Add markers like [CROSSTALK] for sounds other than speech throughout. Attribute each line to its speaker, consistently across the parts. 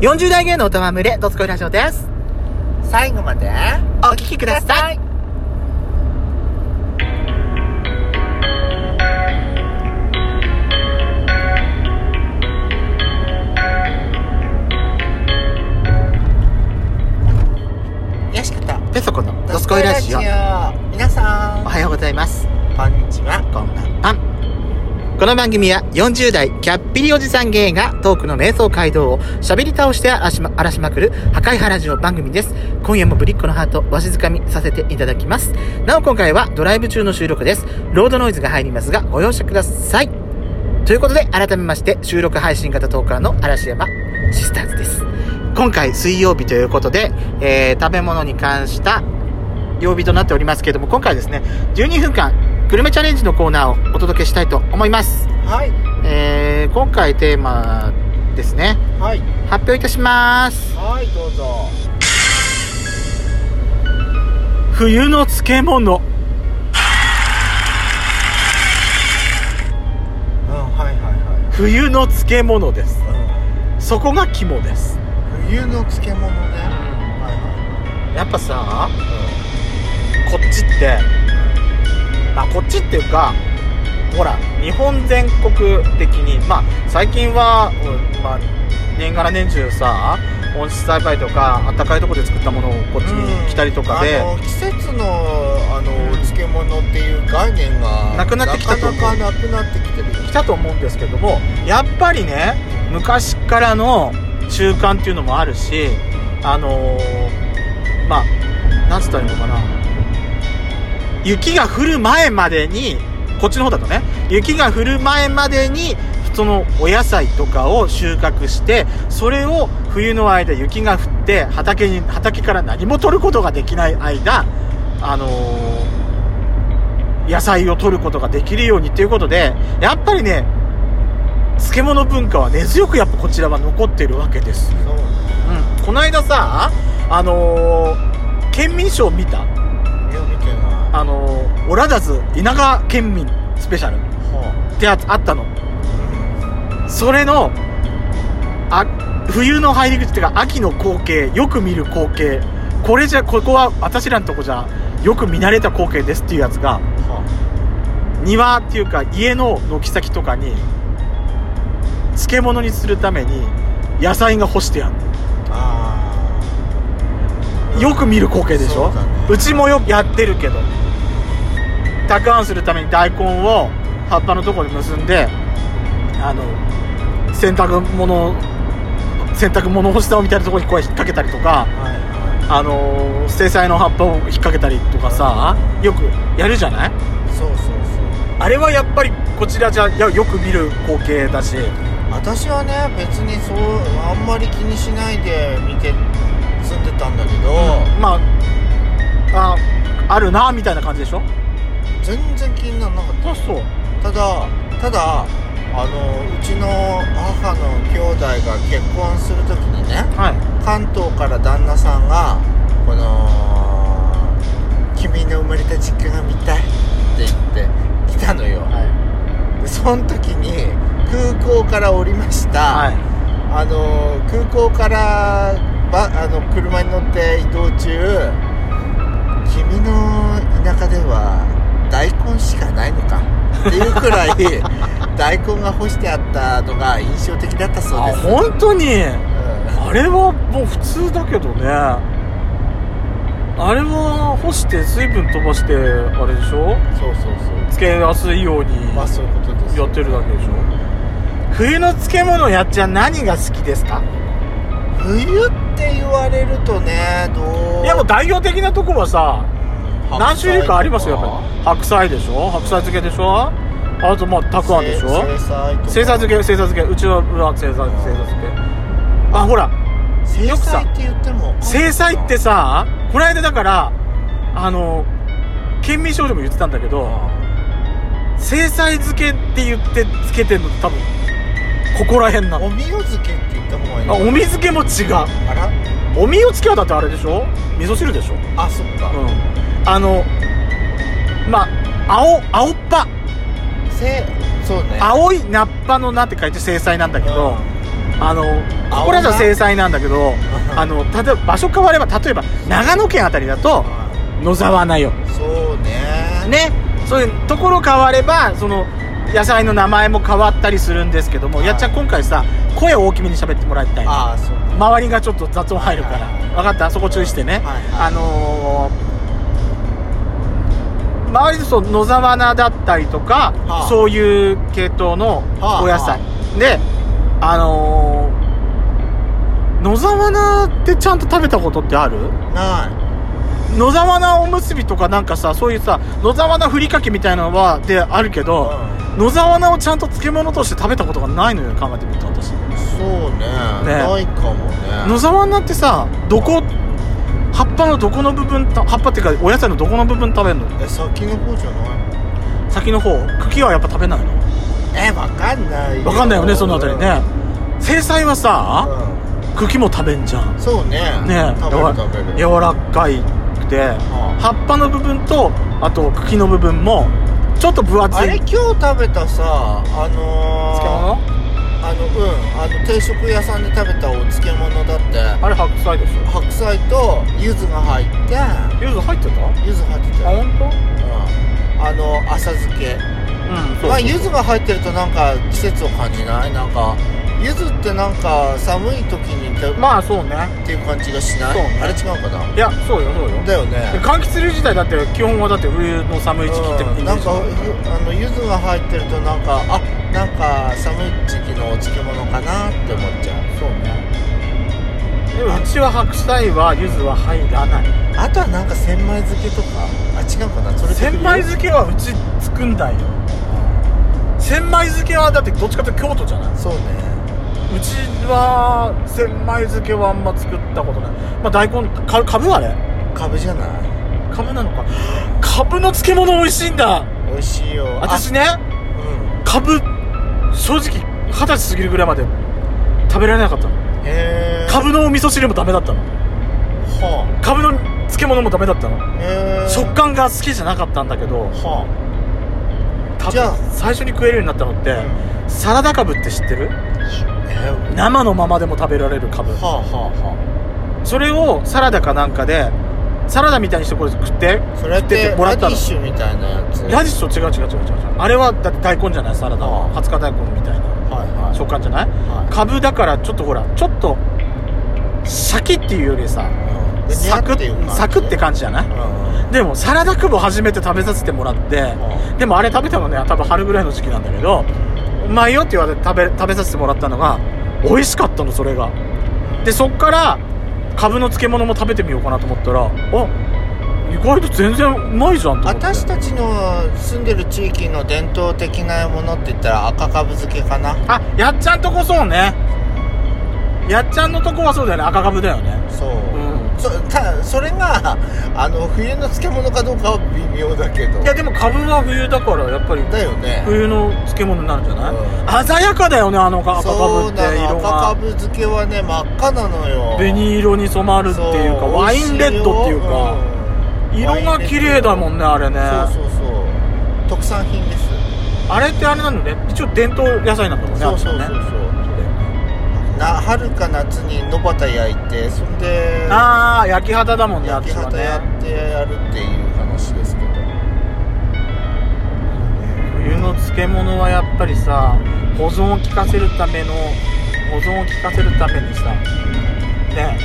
Speaker 1: 40代芸能とまむれ、どつこいラジオです。
Speaker 2: 最後まで
Speaker 1: お聞きください。
Speaker 2: よしこと
Speaker 1: ペソコのどつこいラジオ。
Speaker 2: 皆さん
Speaker 1: おはようございます。
Speaker 2: こんにちは
Speaker 1: こんばんは。この番組は40代キャッピリおじさん芸がトークの瞑想街道を喋り倒して荒らしま荒らしまくる破壊派ラジオ番組です。今夜もぶりっ子のハートをわしづかみさせていただきます。なお今回はドライブ中の収録です。ロードノイズが入りますがご容赦ください。ということで改めまして収録配信型トーカーの嵐山シスターズです。今回水曜日ということで、えー食べ物に関した曜日となっておりますけれども今回ですね12分間グルメチャレンジのコーナーをお届けしたいと思います、
Speaker 2: はい
Speaker 1: えー今回テーマですね
Speaker 2: はい
Speaker 1: 発表いたします
Speaker 2: はいどうぞ
Speaker 1: 冬の漬物
Speaker 2: うんはいは
Speaker 1: 冬の漬物です
Speaker 2: いは
Speaker 1: そこが肝です
Speaker 2: い、うん、冬の漬物ねは
Speaker 1: やっぱさ
Speaker 2: いは
Speaker 1: こっちってまあこっちっていうかほら日本全国的にまあ最近は、うんまあ、年がら年中さ温室栽培とかあったかいとこで作ったものをこっち
Speaker 2: いうん
Speaker 1: に来たりとかで、
Speaker 2: あの季節のあの漬物っていう概念が
Speaker 1: なくなってきたと思う
Speaker 2: なかなかなくなってきてるよ
Speaker 1: 来たと思うんですけどもやっぱりね昔からの習慣っていうのもあるしあのーまあなんつったらいいのかな雪が降る前までにこっちの方だとね雪が降る前までにそのお野菜とかを収穫してそれを冬の間雪が降って畑に畑から何も取ることができない間あのー野菜を取ることができるようにっていうことでやっぱりね漬物文化は根強くやっぱこちらは残ってるわけですよ、
Speaker 2: そう
Speaker 1: うん、この間さあのー県民賞見た
Speaker 2: いや見てない
Speaker 1: あのーオラダズ稲川県民スペシャルってやつあったのそれのあ冬の入り口っていうか秋の光景よく見る光景これじゃここは私らのとこじゃよく見慣れた光景ですっていうやつが
Speaker 2: はあ
Speaker 1: 庭っていうか家の軒先とかに漬物にするために野菜が干してある
Speaker 2: あー
Speaker 1: よく見る光景でしょ
Speaker 2: そうだね
Speaker 1: うちもよくやってるけどたくあんするために大根を葉っぱのところで結んであの洗濯物洗濯物干したみたいなところにこう引っ掛けたりとか
Speaker 2: はいは
Speaker 1: あの制裁の葉っぱを引っ掛けたりとかさよくやるじゃない
Speaker 2: いそうそうそう
Speaker 1: あれはやっぱりこちらじゃいやよく見る光景だし
Speaker 2: 私はね別にそうあんまり気にしないで見て住んでたんだけど、
Speaker 1: まあああるなみたいな感じでしょ
Speaker 2: 全然気にならなかった
Speaker 1: そうそう
Speaker 2: ただただあのうちの母の兄弟が結婚する時にね
Speaker 1: はい
Speaker 2: 関東から旦那さんが「この君の生まれた実家が見たい」って言って来たのよ
Speaker 1: は
Speaker 2: でその時に空港から降りました、
Speaker 1: は
Speaker 2: あの空港からばあの車に乗って移動中君の田舎では大根しかないのかっていう
Speaker 1: [LAUGHS]
Speaker 2: くらい大根が干してあったのが印象的だったそう
Speaker 1: あ
Speaker 2: です、
Speaker 1: 本当に
Speaker 2: うん
Speaker 1: あれはもう普通だけどねあれは干して水分飛ばしてあれでしょ
Speaker 2: そうそうそ
Speaker 1: つけやすいように
Speaker 2: うまあそういうことです
Speaker 1: やってるだけでしょ冬の漬物やっちゃん何が好きですか
Speaker 2: 冬って言われるとねどう
Speaker 1: いやもう代表的なとこはさ
Speaker 2: 白菜
Speaker 1: 何種類かありますよやっぱり白菜でしょ白菜漬けでしょあとまあたくあんでしょ
Speaker 2: せ生菜とか
Speaker 1: 正座漬け正座漬けうちは正座正座漬けあほらよ
Speaker 2: 生
Speaker 1: くさ
Speaker 2: 菜って言っても
Speaker 1: 正菜ってさこの間だからあの県民少女も言ってたんだけど正菜漬けって言ってつけてんの多分ここら辺なの
Speaker 2: おみお漬けって言った方がいい
Speaker 1: あ
Speaker 2: の
Speaker 1: おみ漬けも違う
Speaker 2: あら
Speaker 1: おみを漬けはだってあれでしょ味噌汁でしょ
Speaker 2: あそっか、
Speaker 1: うんあのまあ青青っぱ
Speaker 2: せそうね
Speaker 1: 青い菜っぱの菜って書いて正菜なんだけど、あのこれだと制裁なんだけどあの例えば場所変われば例えば長野県あたりだと野沢菜よ
Speaker 2: そうね
Speaker 1: ねそういうところ変わればその野菜の名前も変わったりするんですけども、
Speaker 2: はい
Speaker 1: やっちゃん今回さ声を大きめに喋ってもらいたいの
Speaker 2: ああそうね
Speaker 1: 周りがちょっと雑音入るから、
Speaker 2: はいはい
Speaker 1: 分かったそこ注意してね、
Speaker 2: はい
Speaker 1: あのー周りでそう野沢菜だったりとか、
Speaker 2: はあ
Speaker 1: そういう系統の
Speaker 2: はあ
Speaker 1: お野菜、
Speaker 2: は
Speaker 1: であのー野沢菜ってちゃんと食べたことってある
Speaker 2: な
Speaker 1: 野沢菜おむすびとかなんかさそういうさ野沢菜ふりかけみたいなのはであるけど、野沢菜をちゃんと漬物として食べたことがないのよ考えてみると私
Speaker 2: いそうねないかも
Speaker 1: 野
Speaker 2: ね
Speaker 1: 沢菜ってさどこ葉っぱのどこの部分た葉っぱっていうかお野菜のどこの部分食べるの
Speaker 2: え先の方じゃない
Speaker 1: 先の方茎はやっぱ食べないの
Speaker 2: えわかんない
Speaker 1: 分かんないよねそのあたりね制裁はさ
Speaker 2: う
Speaker 1: 茎も食べんじゃん
Speaker 2: んそうね
Speaker 1: ね
Speaker 2: 食べる食べる
Speaker 1: 柔らかいくて
Speaker 2: あ
Speaker 1: 葉っぱの部分とあと茎の部分もちょっと分厚い
Speaker 2: あれ今日食べたさあの
Speaker 1: 漬
Speaker 2: ー
Speaker 1: 物
Speaker 2: あのうんあの定食屋さんで食べたお漬物だって
Speaker 1: あれ白菜でしょ
Speaker 2: 白菜と柚子が入って
Speaker 1: 柚子入ってた
Speaker 2: 柚子入ってたよ、
Speaker 1: 本当？
Speaker 2: うん、あの浅漬け
Speaker 1: うんそう
Speaker 2: まあ柚子が入ってるとなんか季節を感じないなんか柚子ってなんか寒い時にて,、
Speaker 1: まあそうね
Speaker 2: っていう感じがしない、
Speaker 1: そうね
Speaker 2: あれ違うかない
Speaker 1: やそうよそうよ
Speaker 2: だよね
Speaker 1: 柑橘類自体だって基本はだって冬の寒い時期って
Speaker 2: うん、なんかあの柚子が入ってるとなんかあなんか寒い時期のお漬物かなって思っちゃう
Speaker 1: そうねでもうちは白菜は柚子は入らない
Speaker 2: あとはなんか千枚漬けとかあ違うかなそれ
Speaker 1: 千枚漬けはうち作んないよ千枚漬けはだってどっちかというと京都じゃないう
Speaker 2: けそうね
Speaker 1: ちは千枚漬けはあんま作ったことないまあ大根かかぶあれ
Speaker 2: かぶじゃない
Speaker 1: かぶなのか [GASPS] かぶの漬物美味しいんだ
Speaker 2: 美味しいよ
Speaker 1: 私ね
Speaker 2: あうん
Speaker 1: かぶ正直二十歳過ぎるぐらいまで食べられなかったの
Speaker 2: へえ
Speaker 1: かぶのお味噌汁もダメだったの
Speaker 2: は
Speaker 1: かぶの漬物もダメだったの
Speaker 2: あへえ
Speaker 1: 食感が好きじゃなかったんだけど
Speaker 2: は
Speaker 1: 多
Speaker 2: じゃあ
Speaker 1: 分最初に食えるようになったのって、
Speaker 2: あうん
Speaker 1: サラダカブって知ってる
Speaker 2: えー
Speaker 1: 生のままでも食べられるカブ
Speaker 2: はあは
Speaker 1: それをサラダかなんかでサラダみたいにしてこれ食って
Speaker 2: あはあそれっ
Speaker 1: 食って
Speaker 2: て
Speaker 1: てもら
Speaker 2: ラ
Speaker 1: っ
Speaker 2: デ
Speaker 1: た
Speaker 2: ィ
Speaker 1: の
Speaker 2: ッシュみたいなやつ
Speaker 1: ラディッシュと違う違う違う違う違うあれはだって大根じゃないサラダは
Speaker 2: ああ
Speaker 1: 20日大根みたいな
Speaker 2: はいはい
Speaker 1: 食感じゃない
Speaker 2: は
Speaker 1: カブだからちょっとほらちょっとシャキっていうよりさ
Speaker 2: いうんで
Speaker 1: サク
Speaker 2: ニャっていう
Speaker 1: ッ
Speaker 2: 感じ
Speaker 1: サクって感じじゃない
Speaker 2: うんは
Speaker 1: でもサラダクブ初めて食べさせてもらって
Speaker 2: あ
Speaker 1: でもあれ食べたのね多分春ぐらいの時期なんだけどうまいよって言われて食べ食べさせてもらったのが美味しかったのそれがでそっからカブの漬物も食べてみようかなと思ったらあ意外と全然うまいじゃんと思って
Speaker 2: 私たちの住んでる地域の伝統的なものって言ったら赤かぶ漬けかな
Speaker 1: あやっちゃんとこそうねやっちゃんのとこはそうだよね赤カブだよね
Speaker 2: そう
Speaker 1: うん
Speaker 2: そたそれが [LAUGHS] あの冬の漬物かどうかは微妙だけど
Speaker 1: いやでもカブは冬だからやっぱり
Speaker 2: だよね
Speaker 1: 冬の漬物になるんじゃ
Speaker 2: うん
Speaker 1: ない鮮やかだよねあの赤カブ
Speaker 2: そ
Speaker 1: っ
Speaker 2: う
Speaker 1: て
Speaker 2: なの
Speaker 1: 色
Speaker 2: 赤か
Speaker 1: が
Speaker 2: ぶ漬けはね真っ赤なのよ
Speaker 1: 紅色に染まるっていうか
Speaker 2: そ
Speaker 1: ワインレッドっていうか、
Speaker 2: 美味しい
Speaker 1: 色
Speaker 2: ようん
Speaker 1: が綺麗だもんねあれね
Speaker 2: そうそうそう特産品です
Speaker 1: あれってあれなのね一応伝統野菜なんだもんね
Speaker 2: そうそうそうそう
Speaker 1: あっちのね
Speaker 2: な春か夏に野端焼いてそんで
Speaker 1: ああ焼き畑だもんねあっ
Speaker 2: 焼
Speaker 1: ち
Speaker 2: き
Speaker 1: は
Speaker 2: 畑や
Speaker 1: ね
Speaker 2: ってやるっていう話ですけど
Speaker 1: 冬の漬物はやっぱりさ保存を効かせるための保存を効かせるためにさね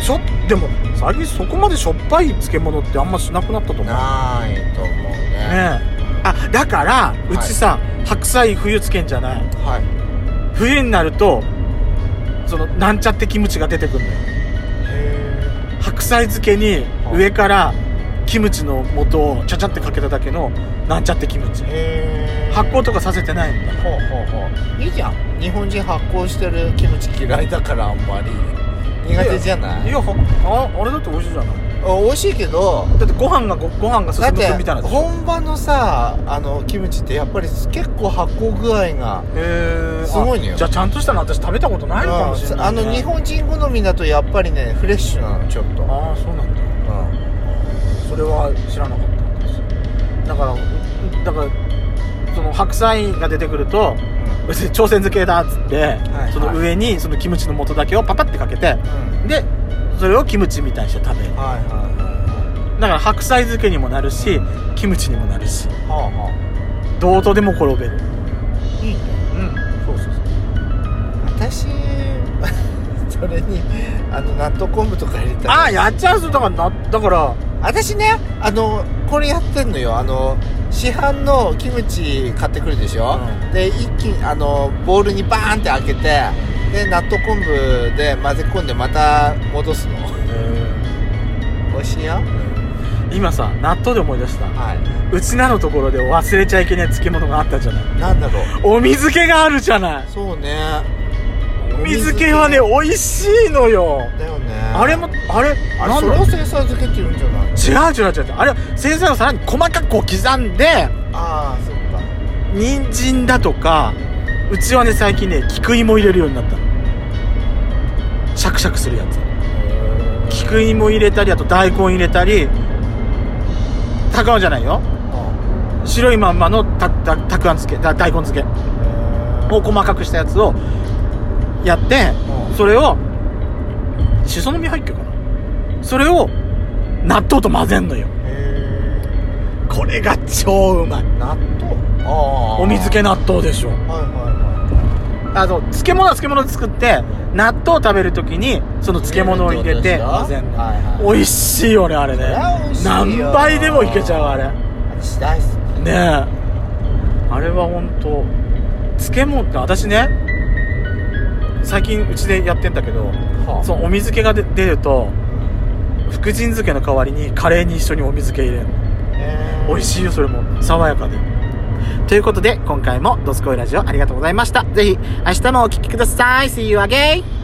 Speaker 1: しょでも最近そこまでしょっぱい漬物ってあんましなくなったと思う
Speaker 2: うん
Speaker 1: ね
Speaker 2: ないと思う
Speaker 1: え
Speaker 2: ね
Speaker 1: あだからうちさ、白菜冬漬けんじゃない
Speaker 2: はい
Speaker 1: 冬になるとそのなんちゃってキムチが出てくるのよ
Speaker 2: へ
Speaker 1: 白菜漬けに上からキムチの素をちゃちゃってかけただけのなんちゃってキムチ
Speaker 2: え
Speaker 1: 発酵とかさせてないんだ
Speaker 2: ほうほうほういいじゃん日本人発酵してるキムチ嫌いだからあんまり苦手じゃな
Speaker 1: い
Speaker 2: い
Speaker 1: やはああれだって美味しいじゃない
Speaker 2: あ美味しいけど
Speaker 1: だってご飯がごご飯が進
Speaker 2: だっ
Speaker 1: む
Speaker 2: て
Speaker 1: みたいなへ
Speaker 2: 本場のさあのキムチってやっぱり結構発酵具合が
Speaker 1: え
Speaker 2: すごいね
Speaker 1: じゃあちゃんとしたの私食べたことないのかもしれ
Speaker 2: うん
Speaker 1: な
Speaker 2: あ
Speaker 1: い、ね、
Speaker 2: の日本人好みだとやっぱりねフレッシュなのちょっと、
Speaker 1: ああそうなんだ
Speaker 2: うん
Speaker 1: それは知らなかったんですだからだからその白菜が出てくると別に朝鮮漬けだっつって、
Speaker 2: はい
Speaker 1: その上にそのキムチの素だけをパパってかけて
Speaker 2: うん
Speaker 1: でそれをキムチみたいにして食べるだ
Speaker 2: はいは
Speaker 1: から白菜漬けにもなるしキムチにもなるし
Speaker 2: いはいはあは
Speaker 1: どうとでも転べる
Speaker 2: あいいね
Speaker 1: うん
Speaker 2: そうそうそう私 [LAUGHS] それにあの納豆昆布とか入れたら
Speaker 1: ああやっちゃうぞだからなだから
Speaker 2: 私ねあのこれやってんのよあの市販のキムチ買ってくるでしょ、
Speaker 1: うん
Speaker 2: で一気にあのボウルにバーンって開けてで納豆昆布で混ぜ込んでまた戻すの [LAUGHS] 美味しいよ
Speaker 1: 今さ納豆で思い出した
Speaker 2: は
Speaker 1: うちなのところで忘れちゃいけない漬物があったじゃない
Speaker 2: いなんだろう
Speaker 1: お水気があるじゃない
Speaker 2: そうね
Speaker 1: お水気はね美味しいのよ
Speaker 2: だよね
Speaker 1: あれもあれ
Speaker 2: あ
Speaker 1: なん
Speaker 2: れそ
Speaker 1: だ
Speaker 2: れ
Speaker 1: ろ
Speaker 2: を
Speaker 1: う
Speaker 2: 生産漬けって言うんじゃない
Speaker 1: 違う違う違う違うあれ先生がさらに細かくこう刻んで
Speaker 2: ああそっか
Speaker 1: 人参だとかうちはね最近ね菊芋入れるようになったのシャクシャクするやつ菊芋入れたりあと大根入れたり高尾じゃないよ
Speaker 2: あ
Speaker 1: 白いまんまのたたたくあん漬けだ大根漬けを細かくしたやつをやって
Speaker 2: うん
Speaker 1: それをしその実入ってるかなそれを納豆と混ぜんのよ
Speaker 2: へえ
Speaker 1: これが超うまい
Speaker 2: 納豆ああ
Speaker 1: お水気納豆でしょ
Speaker 2: はいはいはい
Speaker 1: あの漬物は漬物で作って納豆を食べるときにその漬物を入れて混ぜんの
Speaker 2: はいはい
Speaker 1: 美味しいよねあれね
Speaker 2: そりゃ美味しいよ
Speaker 1: 何倍でもいけちゃうあれ
Speaker 2: 私大好き
Speaker 1: ねえあれは本当漬物って私ね最近うちでやってんだけど、
Speaker 2: は
Speaker 1: そのお水気が出出ると福神漬けの代わりにカレーに一緒にお水気入れるの
Speaker 2: え
Speaker 1: 美味しいよそれも爽やかでということで今回も「ドスコイラジオ」ありがとうございましたぜひ明日もお聴きください See you again!